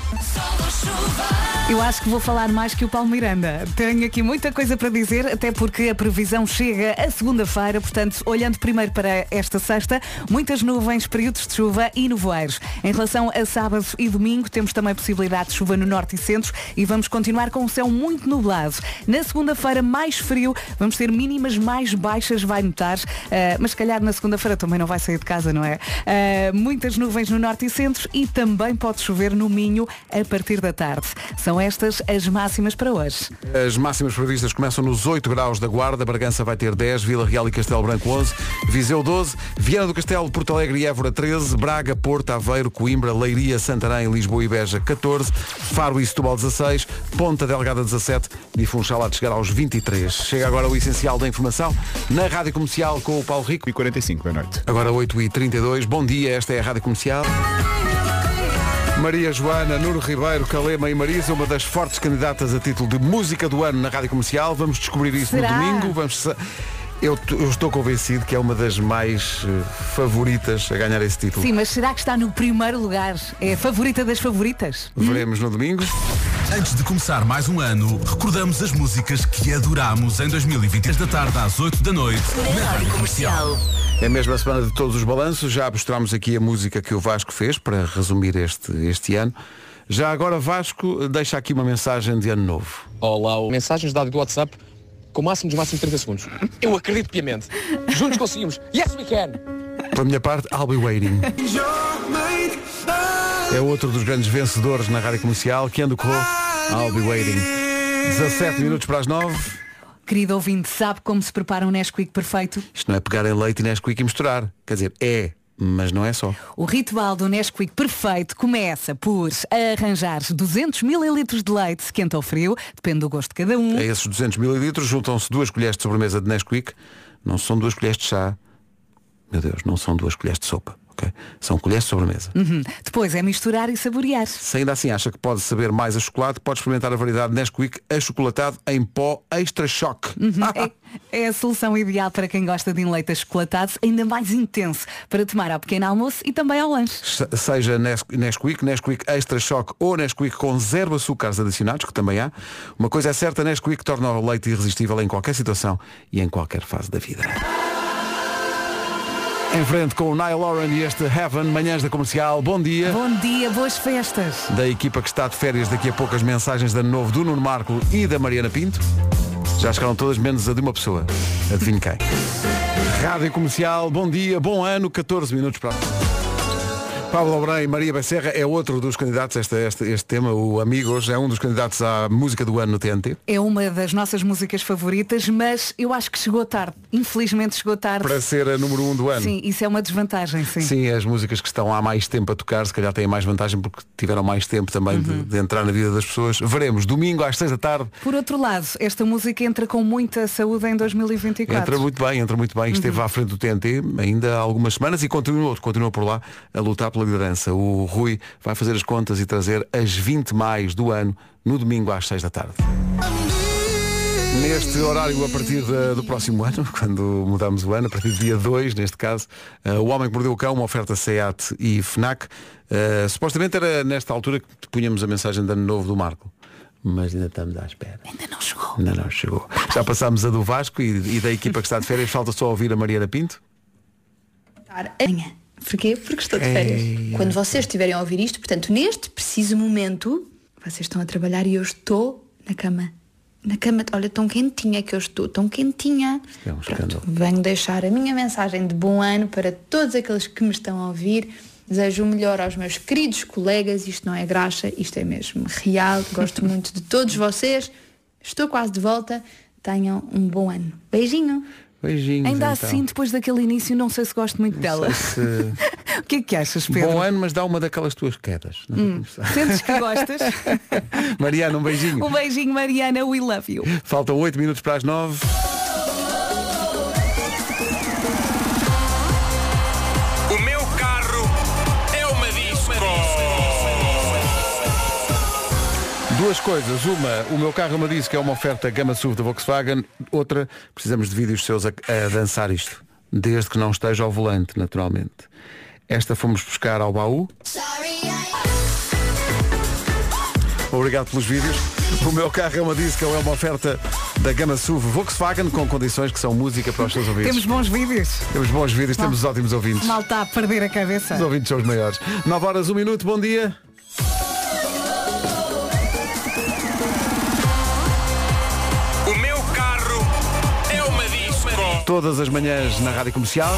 Eu acho que vou falar mais que o Paulo Miranda. Tenho aqui muita coisa para dizer, até porque a previsão chega a segunda-feira, portanto, olhando primeiro para esta sexta, muitas nuvens, períodos de chuva e nevoeiros. Em relação a sábado e domingo, temos também possibilidade de chuva no norte e centro e vamos continuar com o céu muito nublado. Na segunda-feira, mais frio, vamos ter mínimas mais baixas, vai notar, eh, mas se calhar na segunda-feira também não vai sair de casa, não é? Eh, muitas nuvens no norte e centro e também pode chover no Minho a partir da tarde. São estas as máximas para hoje. As máximas previstas começam nos 8 graus da Guarda, Bragança vai ter 10, Vila Real e Castelo Branco 11, Viseu 12, Viana do Castelo, Porto Alegre e Évora 13, Braga, Porto, Aveiro, Coimbra, Leiria, Santarém, Lisboa e Beja 14, Faro e Setúbal 16, Ponta Delgada 17 e Funchal há de chegar aos 23. Chega agora o essencial da informação na Rádio Comercial com o Paulo Rico. E 45 da noite. Agora 8h32, bom dia, esta é a Rádio Comercial. Maria Joana, Nuno Ribeiro, Calema e Marisa, uma das fortes candidatas a título de música do ano na Rádio Comercial. Vamos descobrir isso Será? no domingo. Vamos... sa- Eu, t- eu estou convencido que é uma das mais eh, favoritas a ganhar esse título. Sim, mas será que está no primeiro lugar? É a favorita das favoritas? Veremos no domingo. Antes de começar mais um ano, recordamos as músicas que adorámos em 2023 da tarde às 8 da noite na Rádio Comercial. É mesmo a semana de todos os balanços. Já mostramos aqui a música que o Vasco fez para resumir este, este ano. Já agora, Vasco, deixa aqui uma mensagem de ano novo. Olá, o... mensagens de áudio do WhatsApp com o máximo dos máximos 30 segundos. Eu acredito piamente. Juntos conseguimos. Yes, we can! Pela minha parte, I'll be waiting. É outro dos grandes vencedores na rádio comercial, Kendo Ko, I'll be waiting. 17 minutos para as 9. Querido ouvinte, sabe como se prepara um Nesquik perfeito? Isto não é pegar em leite e Nesquik e misturar. Quer dizer, é, mas não é só. O ritual do Nesquik perfeito começa por arranjar 200 ml de leite, quente ou frio, depende do gosto de cada um. A esses 200 mililitros juntam-se duas colheres de sobremesa de Nesquik. Não são duas colheres de chá. Meu Deus, não são duas colheres de sopa. ok? São colheres de sobremesa. Uhum. Depois é misturar e saborear. Se ainda assim acha que pode saber mais a chocolate, pode experimentar a variedade Nesquik achocolatado em pó extra choque. É- É a solução ideal para quem gosta de um leite achocolatado ainda mais intenso, para tomar ao pequeno almoço e também ao lanche. Se- seja Nes- Nesquik, Nesquik Extra Choque ou Nesquik com zero açúcares adicionados, que também há, uma coisa é certa, Nesquik torna o leite irresistível em qualquer situação e em qualquer fase da vida. Em frente com o Niall Lauren e este Heaven, manhãs da comercial, bom dia. Bom dia, boas festas. Da equipa que está de férias, daqui a pouco as mensagens da Novo do Nuno Marco e da Mariana Pinto. Já chegaram todas, menos a de uma pessoa. Adivinhe quem? Rádio Comercial, bom dia, bom ano, 14 minutos para. Pablo Obran e Maria Becerra é outro dos candidatos a este, este, este tema, o Amigos, é um dos candidatos à música do ano no TNT. É uma das nossas músicas favoritas, mas eu acho que chegou tarde. Infelizmente chegou tarde. Para ser a número um do ano. Sim, isso é uma desvantagem, sim. Sim, as músicas que estão há mais tempo a tocar, se calhar têm mais vantagem porque tiveram mais tempo também de, de entrar na vida das pessoas. Veremos, domingo às seis da tarde, Por outro lado, esta música entra com muita saúde em 2024. entra muito bem, entra muito bem. Esteve Uhum. à frente do TNT ainda há algumas semanas e continua, continua por lá a lutar pela liderança. O Rui vai fazer as contas e trazer as 20 mais do ano no domingo às seis da tarde. Neste horário, a partir da- do próximo ano, quando mudamos o ano, a partir do dia 2, neste caso, eh, O Homem que Mordeu o Cão, uma oferta SEAT e FNAC. Eh, supostamente era nesta altura que punhamos a mensagem de ano novo do Marco. Mas ainda estamos à espera. Ainda não chegou. Ainda não chegou. Já passámos a do Vasco e, e da equipa que está de férias. Falta só ouvir a Mariana Pinto. Amanhã. Porquê? Porque estou de férias. Ei. Quando vocês estiverem a ouvir isto, portanto, neste preciso momento, vocês estão a trabalhar e eu estou na cama. Na cama, olha, tão quentinha que eu estou, tão quentinha. É um escândalo. Venho deixar a minha mensagem de bom ano para todos aqueles que me estão a ouvir. Desejo o melhor aos meus queridos colegas. Isto não é graxa, isto é mesmo real. Gosto muito de todos vocês. Estou quase de volta. Tenham um bom ano. Beijinho. Beijinhos. Ainda então. assim, depois daquele início, não sei se gosto muito dela. Se- O que é que achas, Pedro? Bom ano, mas dá uma daquelas tuas quedas. não é? Hum, Sentes que gostas? Mariana, um beijinho. Um beijinho, Mariana. We love you. Faltam 8 minutos para as 9. O meu carro é uma disco. Duas coisas. Uma, o meu carro me disse que é uma oferta Gama SUV da Volkswagen. Outra, precisamos de vídeos seus a, a dançar isto. Desde que não esteja ao volante, naturalmente. Esta fomos buscar ao baú. Obrigado pelos vídeos. O meu carro é uma disco, é uma oferta da Gama SUV Volkswagen com condições que são música para os seus ouvidos. Temos bons vídeos. Temos bons vídeos, temos ótimos ouvintes. Mal está a perder a cabeça. Os ouvintes são os maiores. 9 horas, 1 minuto, bom dia. O meu carro é uma disco. Todas as manhãs na Rádio Comercial.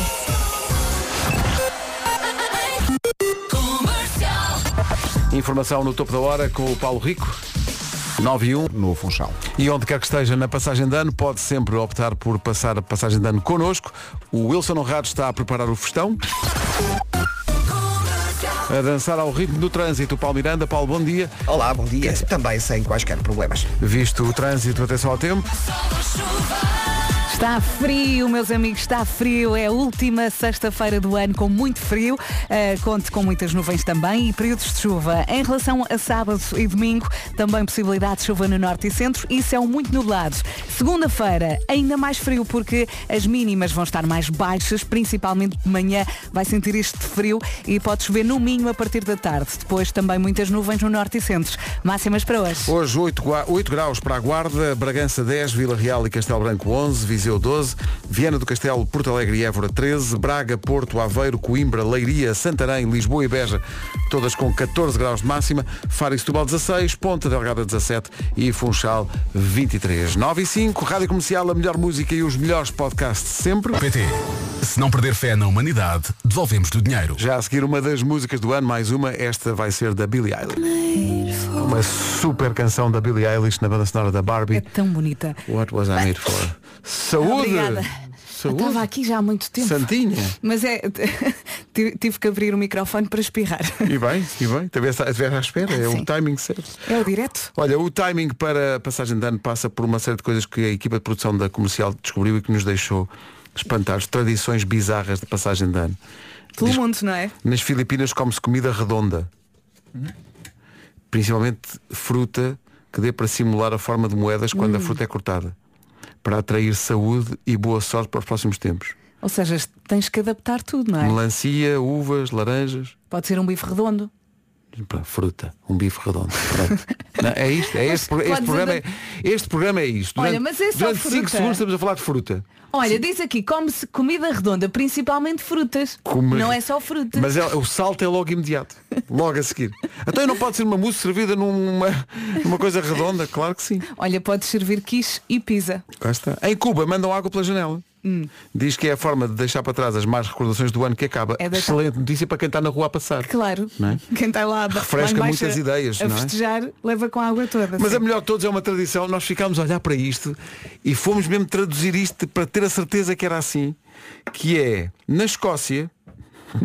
Informação no topo da hora com o Paulo Rico. 9 e 1 no Funchal. E onde quer que esteja na passagem de ano, pode sempre optar por passar a passagem de ano connosco. O Wilson Honrado está a preparar o festão. A dançar ao ritmo do trânsito, o Paulo Miranda. Paulo, bom dia. Olá, bom dia. é? Também sem quaisquer problemas. Visto o trânsito, atenção ao tempo. Está frio, meus amigos, está frio. É a última sexta-feira do ano com muito frio. Eh, conte com muitas nuvens também e períodos de chuva. Em relação a sábado e domingo, também possibilidade de chuva no norte e centro e céu muito nublado. Segunda-feira, ainda mais frio porque as mínimas vão estar mais baixas, principalmente de manhã. Vai sentir este frio e pode chover no mínimo a partir da tarde. Depois também muitas nuvens no norte e centro. Máximas para hoje. Hoje 8, gua- 8 graus para a Guarda, Bragança 10, Vila Real e Castelo Branco 11, Viseu 12, Viana do Castelo, Porto Alegre e Évora 13, Braga, Porto, Aveiro, Coimbra, Leiria, Santarém, Lisboa e Beja, todas com 14 graus de máxima, Faro e Setúbal 16, Ponta Delgada 17 e Funchal 23. 9 e 5, Rádio Comercial, a melhor música e os melhores podcasts de sempre. PT. Se não perder fé na humanidade, devolvemos-lhe o dinheiro. Já a seguir uma das músicas do ano, mais uma, esta vai ser da Billie Eilish. Uma super canção da Billie Eilish na banda sonora da Barbie. É tão bonita. What was I made for? Saúde! Obrigada. Eu Saúde! Estava aqui já há muito tempo. Santinha. Mas é. ti- Tive que abrir o microfone para espirrar. E bem, e bem, talvez estiver à espera, é o Sim. timing certo. É o direto? Olha, o timing para a passagem de ano passa por uma série de coisas que a equipa de produção da comercial descobriu e que nos deixou espantados. Tradições bizarras de passagem de ano. Pelo mundo, não é? Nas Filipinas come-se comida redonda. Principalmente fruta que dê para simular a forma de moedas quando a Hum. fruta é cortada. Para atrair saúde e boa sorte para os próximos tempos. Ou seja, tens que adaptar tudo, não é? Melancia, uvas, laranjas. Pode ser um bife redondo. Pá, Fruta, um bife redondo. Pronto. Não, é isto, é este, pro- este podes programa é, andar- este programa é isto. Olha, Durante, mas é só durante fruta. 5 segundos estamos a falar de fruta. Olha, diz aqui, come-se comida redonda, principalmente frutas. Come- Não é só fruta. Mas é- o salto é logo imediato, logo a seguir. Então não pode ser uma mousse servida numa, numa coisa redonda, claro que sim. Olha, podes servir quiche e pizza. Cá está. Em Cuba mandam água pela janela. Hum. Diz que é a forma de deixar para trás as más recordações do ano que acaba. É deixar- Excelente notícia para quem está na rua a passar. Claro. Não é? Quem está lá, aba- Refresca lá muitas a- ideias, A não é? festejar, leva com a água toda. Mas sim. a melhor de todos é uma tradição. Nós ficámos a olhar para isto e fomos mesmo traduzir isto para ter a certeza que era assim. Que é, na Escócia,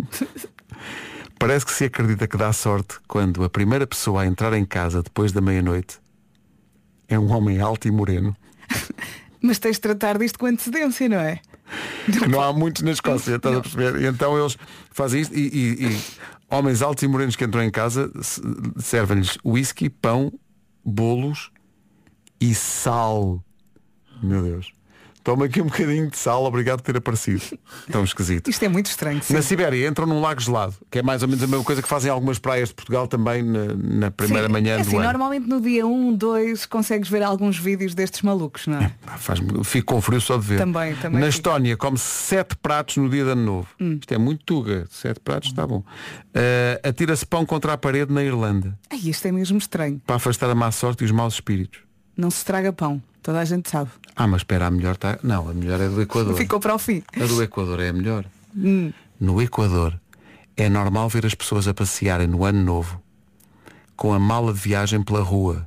parece que se acredita que dá sorte quando a primeira pessoa a entrar em casa depois da meia-noite é um homem alto e moreno. Mas tens de tratar disto com antecedência, não é? que não há muitos na Escócia, estás a perceber? E então eles fazem isto e, e- e homens altos e morenos que entram em casa se- servem-lhes whisky, pão, bolos e sal. Meu Deus. Toma aqui um bocadinho de sal, obrigado por ter aparecido. Tão esquisito. Isto é muito estranho. sim. Na Sibéria entram num lago gelado, que é mais ou menos a mesma coisa que fazem algumas praias de Portugal também na, na primeira Sim, manhã é assim, do ano. normalmente no dia 1, 2 consegues ver alguns vídeos destes malucos, não é? Ah, faz fico com frio só de ver. Também, também fico. Na Hum. Estónia come sete pratos no dia de ano novo. Isto é muito tuga. Sete pratos está bom. Ah, Atira-se pão contra a parede na Irlanda. Ai, isto é mesmo estranho. Para afastar a má sorte e os maus espíritos. Não se traga pão. Toda a gente sabe. Ah, mas espera, a melhor está. Não, a melhor é do Equador. Ficou para o fim. A do Equador é a melhor. Hum. No Equador é normal ver as pessoas a passearem no ano novo com a mala de viagem pela rua.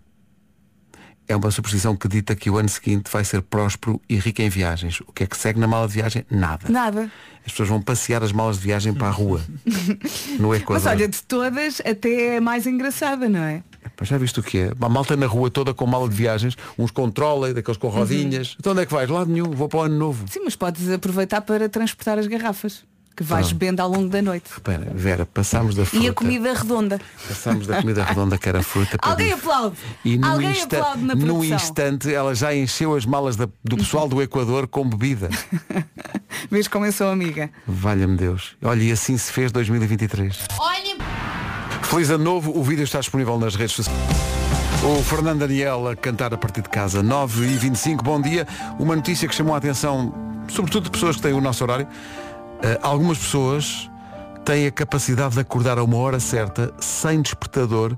É uma superstição que dita que o ano seguinte vai ser próspero e rico em viagens. O que é que segue na mala de viagem? Nada. Nada. As pessoas vão passear as malas de viagem para a rua. No Equador. Mas olha, de todas até é a mais engraçada, não é? Pá, Já viste o que é? Uma malta na rua toda com mala de viagens, uns com trolley, daqueles Uhum. com rodinhas. Então onde é que vais? Lado nenhum, vou para o ano novo. Sim, mas podes aproveitar para transportar as garrafas, que vais Pronto. bebendo ao longo da noite. Espera, Vera, passámos da fruta. E a comida redonda. Passámos da comida redonda que era fruta para Alguém bife. aplaude. E no, Alguém insta- aplaude na no produção. instante ela já encheu as malas da- do pessoal do Equador com bebida. Vês como eu sou amiga. Valha-me Deus. Olha, e assim se fez 2023. Olhem Feliz ano novo, o vídeo está disponível nas redes sociais. O Fernando Daniel a cantar a partir de casa, 9 e 25 bom dia. Uma notícia que chamou a atenção, sobretudo de pessoas que têm o nosso horário. Eh, algumas pessoas têm a capacidade de acordar a uma hora certa, sem despertador,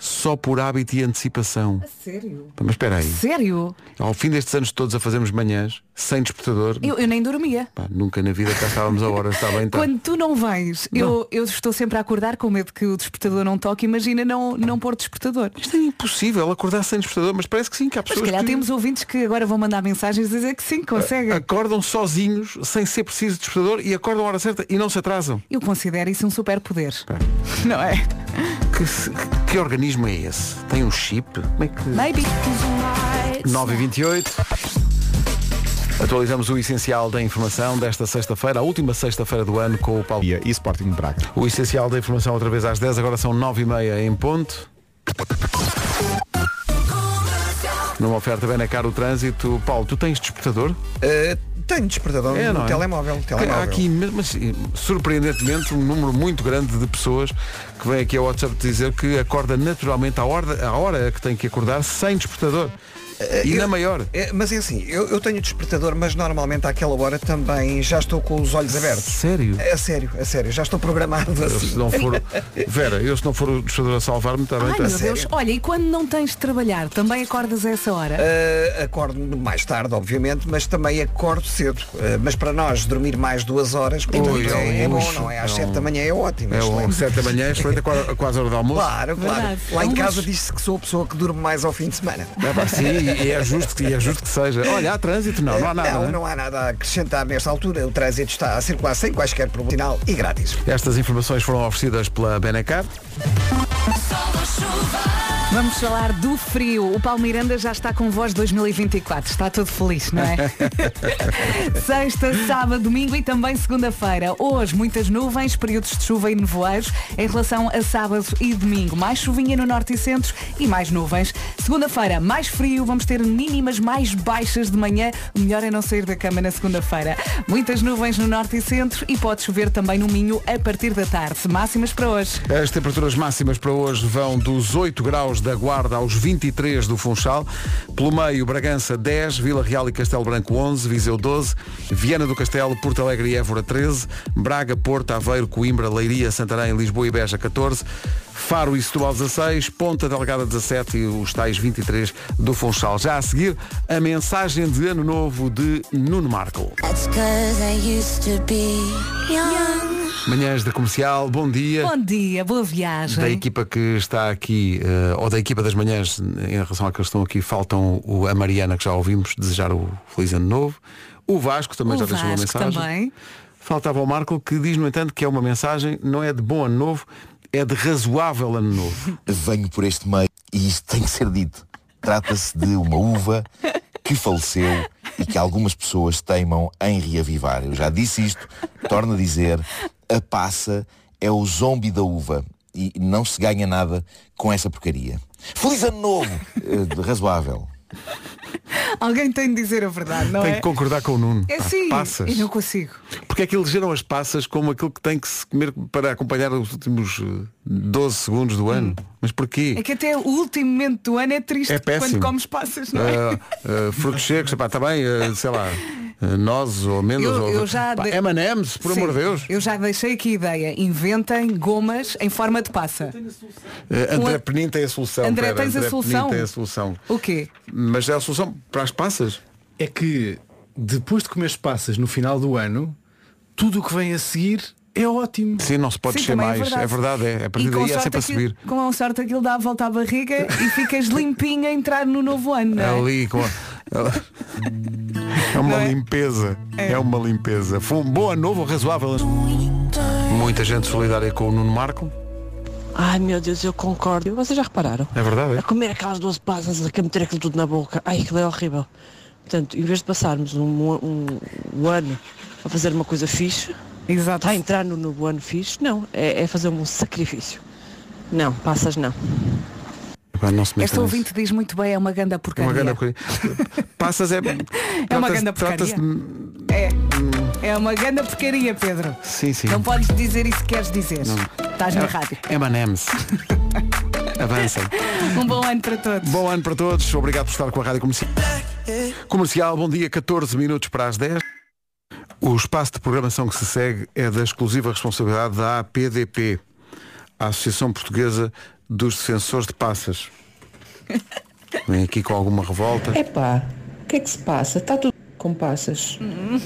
só por hábito e antecipação. Sério? Mas espera aí, Sério? ao fim destes anos todos a fazermos manhãs, sem despertador, Eu, eu nem dormia. pá, nunca na vida cá estávamos a hora, está bem, está. Quando tu não vens, Eu, eu estou sempre a acordar com medo que o despertador não toque. Imagina não, não pôr despertador. Isto é impossível acordar sem despertador, mas parece que sim, que há Mas se pessoas calhar que... temos um ouvintes que agora vão mandar mensagens dizer que sim, conseguem. Acordam sozinhos, sem ser preciso de despertador e acordam à hora certa e não se atrasam. Eu considero isso um superpoder. Não é? Que, se- que organismo é esse? Tem um chip? Como é que... Maybe. 9 e 28 Atualizamos o essencial da informação desta sexta-feira, a última sexta-feira do ano com o Paulo e Sporting Braga. O essencial da informação outra vez às 10, agora são 9 e meia em ponto. Numa oferta bem na cara o trânsito. Paulo, tu tens despertador? Eh, tenho despertador É, no não é? telemóvel. Há telemóvel. aqui, mas, mas, surpreendentemente, um número muito grande de pessoas que vem aqui ao WhatsApp dizer que acorda naturalmente à hora, à hora que tem que acordar sem despertador. E na maior. É, mas é assim, eu, eu tenho despertador, mas normalmente àquela hora também já estou com os olhos abertos. Sério? É sério, é sério, já estou programado Eu, assim. se não for, Vera, eu se não for o despertador a salvar-me, está bem, Ai está meu Deus, olha, e quando não tens de trabalhar, também acordas a essa hora? Uh, acordo mais tarde, obviamente, mas também acordo cedo. Uh, mas para nós, dormir mais duas horas portanto, Ui, é, é bom, luxo. não é? Às É um- sete da manhã é ótimo. É excelente. um 7 da manhã, excelente, é quase quase a hora do almoço. Claro, claro. Verdade. Lá É um em casa luxo. diz-se que sou a pessoa que durmo mais ao fim de semana. É pá, sim, e é justo, que- e é justo que seja. Olha, há trânsito, não, não há nada. Não, né? não há nada a acrescentar nesta altura. O trânsito está a circular sem quaisquer problema sinal e grátis. Estas informações foram oferecidas pela Benacar. Vamos falar do frio. O Paulo Miranda já está com voz 2024. Está todo feliz, não é? Sexta, sábado, domingo e também segunda-feira. Hoje, muitas nuvens, períodos de chuva e nevoeiros em relação a sábado e domingo. Mais chuvinha no norte e centro e mais nuvens. Segunda-feira, mais frio, vamos ter mínimas mais baixas de manhã. O melhor é não sair da cama na segunda-feira. Muitas nuvens no norte e centro e pode chover também no Minho a partir da tarde. Máximas para hoje. As temperaturas máximas para hoje vão dos 8 graus graus da Guarda aos 23 do Funchal. Pelo meio, Bragança 10, Vila Real e Castelo Branco 11, Viseu 12, Viana do Castelo, Porto Alegre e Évora 13, Braga, Porto, Aveiro, Coimbra, Leiria, Santarém, Lisboa e Beja 14, Faro e Setúbal 16, Ponta Delgada 17 e os tais 23 do Funchal. Já a seguir, a mensagem de Ano Novo de Nuno Marco. That's 'cause I used to be young. Manhãs da Comercial, bom dia. Bom dia, boa viagem. da equipa que está aqui, eh, ou da equipa das manhãs, em relação à que estão aqui, faltam o, a Mariana, que já ouvimos, desejar o Feliz Ano Novo. O Vasco também O já deixou uma Vasco mensagem. também. Faltava o Marco, que diz, no entanto, que é uma mensagem, não é de bom ano novo, é de razoável ano novo. Venho por este meio e isto tem que ser dito. Trata-se de uma uva que faleceu e que algumas pessoas teimam em reavivar. Eu já disse isto, torno a dizer, a passa é o zombi da uva e não se ganha nada com essa porcaria. Feliz ano novo! Eh, razoável. Alguém tem de dizer a verdade, não Tem é? que concordar com o Nuno. É Pá, sim, Passas. e não consigo. Porque é que elegeram as passas como aquilo que tem que se comer para acompanhar os últimos eh, 12 segundos do ano? Mas porquê? É que até o último momento do ano é triste É péssimo. quando comes passas, não é? Ah, ah, frutos secos, pá, está bem, ah, sei lá, ah, nozes ou amêndoas Eu- ou eu já pá, de- M&M's, por Sim, Eh, amor de Deus. Eu já deixei aqui a ideia. Inventem gomas em forma de passa. Ah, André Uma- Penin tem a solução. um André, pera, tens a André solução? Penin tem a solução. O quê? Mas é a solução para as passas? É que depois de comer as passas no final do ano, tudo o que vem a seguir é ótimo. Sim, não se pode Sim, descer também mais. É verdade, é. A partir E com daí é sorte sempre a aquilo- subir. Com a sorte aquilo dá a volta à barriga e ficas limpinho a entrar no novo ano, não é? Ali com a... É uma limpeza. É. uma limpeza. Foi um bom ano novo, razoável. Muita gente solidária com o Nuno Marco. Ai meu Deus, eu concordo. Vocês já repararam? É verdade. A comer aquelas 12 passas, a meter aquilo tudo na boca. Ai, aquilo é horrível. Portanto, em vez de passarmos um, um- um ano a fazer uma coisa fixe, Exato. Tá a entrar no novo ano fixe, não. É, é fazer um sacrifício. Não, passas não. Epá, não se meta Esta nisso. ouvinte diz muito bem, é uma ganda É porcaria. uma grande porcaria. Passas é. É uma trata-se- ganda porcaria. trata-se de- É. É uma ganda porcaria, Pedro. Sim, sim. Não podes dizer isso que queres dizer. Não. É. Estás na rádio. M&M's. Avança. Um bom ano para todos. Bom ano para todos. Obrigado por estar com a Rádio Comercial. Comercial, bom dia. 14 minutos para as 10. O espaço de programação que se segue é da exclusiva responsabilidade da APDP, a Associação Portuguesa dos Defensores de Passas. Vem aqui com alguma revolta. Epá, o que é que se passa? Está tudo com passas. Hum.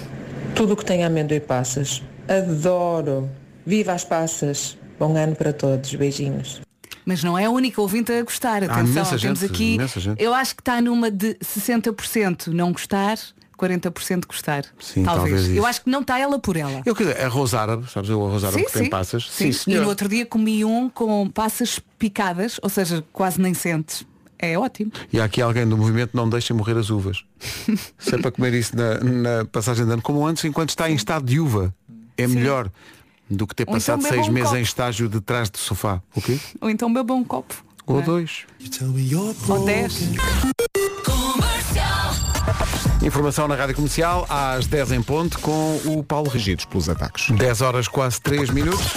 Tudo o que tem amêndoa e passas. Adoro. Viva as passas. Bom ano para todos. Beijinhos. Mas não é a única ouvinte a gostar. Atenção, imensa temos gente, aqui. imensa gente. Eu acho que está numa de 60% não gostar, 40% gostar. Sim, talvez isso. Eu acho que não está ela por ela. Eu quero dizer, arroz árabe, sabes o arroz árabe que tem passas? Sim, e no outro dia comi um com passas picadas, ou seja, quase nem sentes. É ótimo. E há aqui alguém do movimento não deixa morrer as uvas. Se é para comer isso na, na passagem de ano, como antes, enquanto está em estado de uva. É melhor do que ter Ou passado então beba seis um meses copo. em estágio de trás do sofá. O quê? Ou então beba um copo. Ou não é? dois. Ou dez. Informação na Rádio Comercial às 10 em ponto com o Paulo Regidos pelos ataques. 10 horas quase 3 minutos.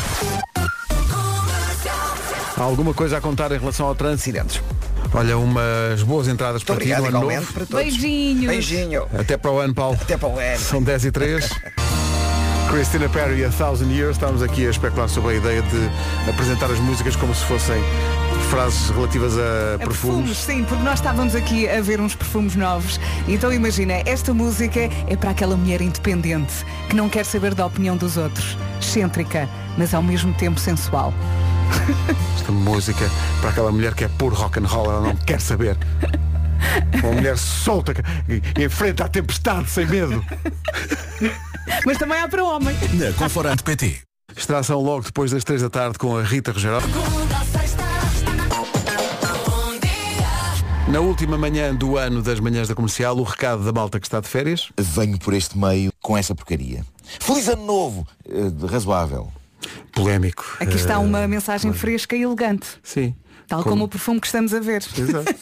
Há alguma coisa a contar em relação ao trânsito? Olha, umas boas entradas para ti no Obrigado ano igualmente novo. para todos. Beijinhos. Beijinho. Até para o ano, Paulo. Até para o ano. São 10 e 3. Christina Perry, A Thousand Years. Estamos aqui a especular sobre a ideia de apresentar as músicas como se fossem frases relativas a Perfumes, perfumes. sim, porque nós estávamos aqui a ver uns perfumes novos. Então imagina, esta música é para aquela mulher independente que não quer saber da opinião dos outros, excêntrica, mas ao mesmo tempo sensual. Esta música para aquela mulher que é puro rock and roll, ela não quer saber. Uma mulher solta que- e enfrenta a tempestade sem medo. Mas também há para homem. Na Conforante PT. Extração logo depois das 3 da tarde com a Rita Rogeró. Na última manhã do ano das manhãs da comercial, o recado da malta que está de férias. Venho por este meio com essa porcaria. Feliz ano novo! Eh, razoável. polémico. Aqui está Eh, uma mensagem fresca e elegante. Sim. Tal Como- como, o perfume que estamos a ver. Exato.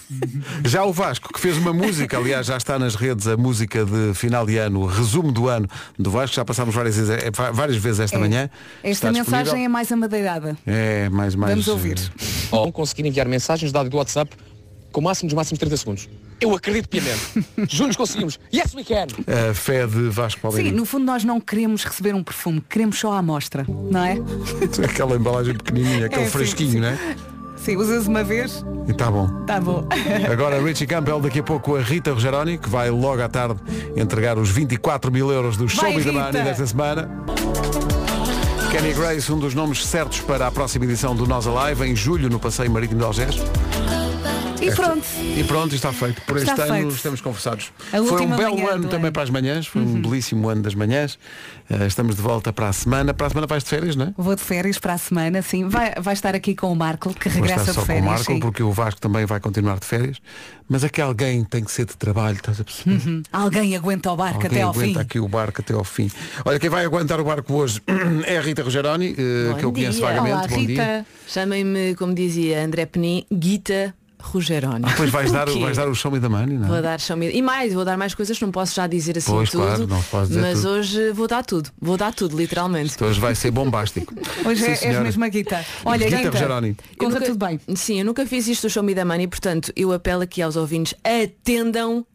Já o Vasco, que fez uma música, aliás, já está nas redes a música de final de ano, o resumo do ano do Vasco, já passámos várias vezes, eh, va- várias vezes esta É. manhã. Esta Está mensagem disponível. é mais amadeirada. é... mais, mais. Vamos ouvir. Vão conseguir enviar mensagens dado do WhatsApp com o máximo dos máximos 30 segundos. Eu acredito piamente. Juntos conseguimos. Yes, we can. eh, A fé de Vasco Sim, Palmeiras. no fundo nós não queremos receber um perfume, queremos só a amostra, não é? Aquela embalagem pequenininha, aquele É, sim, fresquinho, sim. né? Sim, usas uma vez, E tá bom. tá bom. Agora Richie Campbell, daqui a pouco a Rita Rogeroni, que vai logo à tarde entregar os 24 mil euros do Vai, Showbiz da Rita! Money desta semana. Kenny Grace, um dos nomes certos para a próxima edição do Nós Alive, em julho, no Passeio Marítimo de Algés. E Esta- pronto. E pronto, está feito. Por este Está ano feito. estamos conversados. A Foi um última belo manhã ano do Uhum. também para as manhãs, foi um belíssimo ano das manhãs. Eh, estamos de volta para a semana. Para a semana vais de férias, não é? Vou de férias para a semana, sim. Vai, vai estar aqui com o Marco, que Vou estar regressa só de com o férias. Marco, sim. porque o Vasco também vai continuar de férias. Mas aqui alguém tem que ser de trabalho, estás a perceber? Uhum. Alguém aguenta o barco Alguém até ao aguenta fim. aqui o barco até ao fim. Olha, quem vai aguentar o barco hoje é a Rita Rogeroni, eh, que eu conheço vagamente. Olá, Bom dia. Rita. Chamem-me, como dizia André Penin, Guita Rogeroni. Depois Ah, vais O dar, quê? vais dar o show me da money, não é? Vou dar show me- E mais, vou dar mais coisas, não posso já dizer assim Pois, tudo. claro, não posso dizer mas tudo. hoje vou dar tudo. Vou dar tudo, literalmente. Hoje vai ser bombástico. Hoje Sim, é, és senhora. mesmo a Guita. Olha, Guita Guita, Rogeroni. Corra tudo bem. Sim, eu nunca fiz isto do show me da money, portanto, eu apelo aqui aos ouvintes, atendam,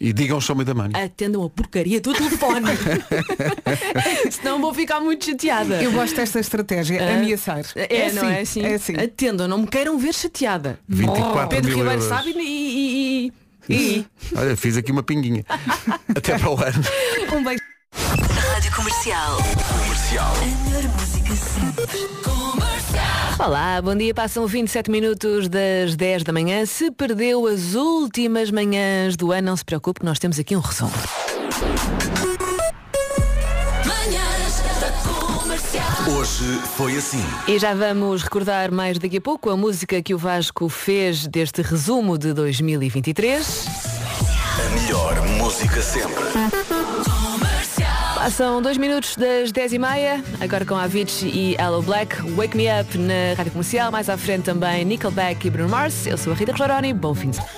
E digam show me da Ah, money. atendam a porcaria do telefone. Senão vou ficar muito chateada. Eu gosto desta estratégia, Hã? ameaçar. É, não é assim? É assim. Atendam, não me queiram ver chateada. 24 Pedro mil Ribeiro euros. sabe e. e- e- e- e- Olha, fiz aqui uma pinguinha. Até para o ano. Então, Um beijo. Rádio Comercial. Comercial. A melhor música sempre. Comercial. Olá, bom dia. Passam 27 minutos das 10 da manhã. Se perdeu as últimas manhãs do ano, não se preocupe, que nós temos aqui um resumo. Manhãs da Comercial. Hoje foi assim. E já vamos recordar mais daqui a pouco a música que o Vasco fez deste resumo de 2023. A melhor música sempre. Passam Ah, dois minutos das 10 e meia, agora com a Avicii e Hello Black, Wake Me Up na Rádio Comercial, mais à frente também Nickelback e Bruno Mars. Eu sou a Rita Rogeroni, bom fim de semana.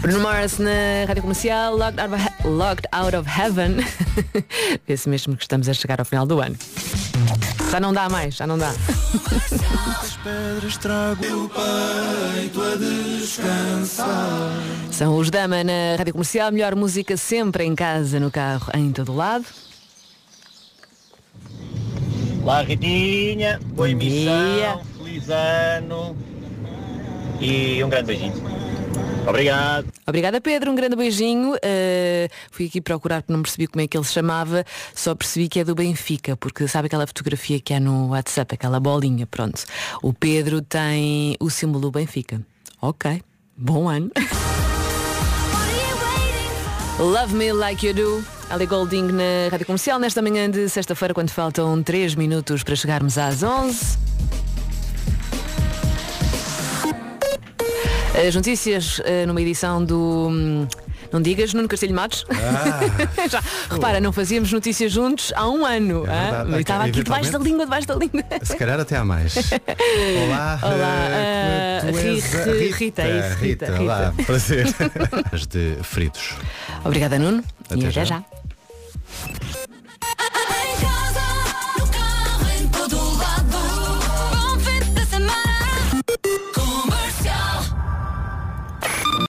Bruno Mars na Rádio Comercial, Locked Out of, He- Locked Out of Heaven. Vê-se mesmo que estamos a chegar ao final do ano. Já não dá mais, já não dá. As pedras trago o peito a descansar. São os Dama na Rádio Comercial, melhor música sempre em casa, no carro, em todo lado. Olá Ritinha, boa dia. emissão, feliz ano e um grande beijinho. Obrigado. Obrigada Pedro, um grande beijinho. Uh, fui aqui procurar porque não percebi como é que ele se chamava, só percebi que é do Benfica, porque sabe aquela fotografia que há no WhatsApp, aquela bolinha, pronto. O Pedro tem o símbolo do Benfica. Ok, bom ano. Love Me Like You Do. Ali Golding na Rádio Comercial nesta manhã de sexta-feira, quando faltam 3 minutos para chegarmos às 11. As notícias eh, numa edição do. hum, Não digas, Nuno Castilho Matos. Já. Repara, não fazíamos notícias juntos há um ano. hã? verdade. E Estava aqui Tá, Eventualmente. debaixo da língua, debaixo da língua. Se calhar até há mais. Olá, Olá, eh, ah, tu Ri- és a Ri- Rita, é isso, Rita, Rita. Olá, prazer. As de fritos. Obrigada, Nuno. Até e até já. já.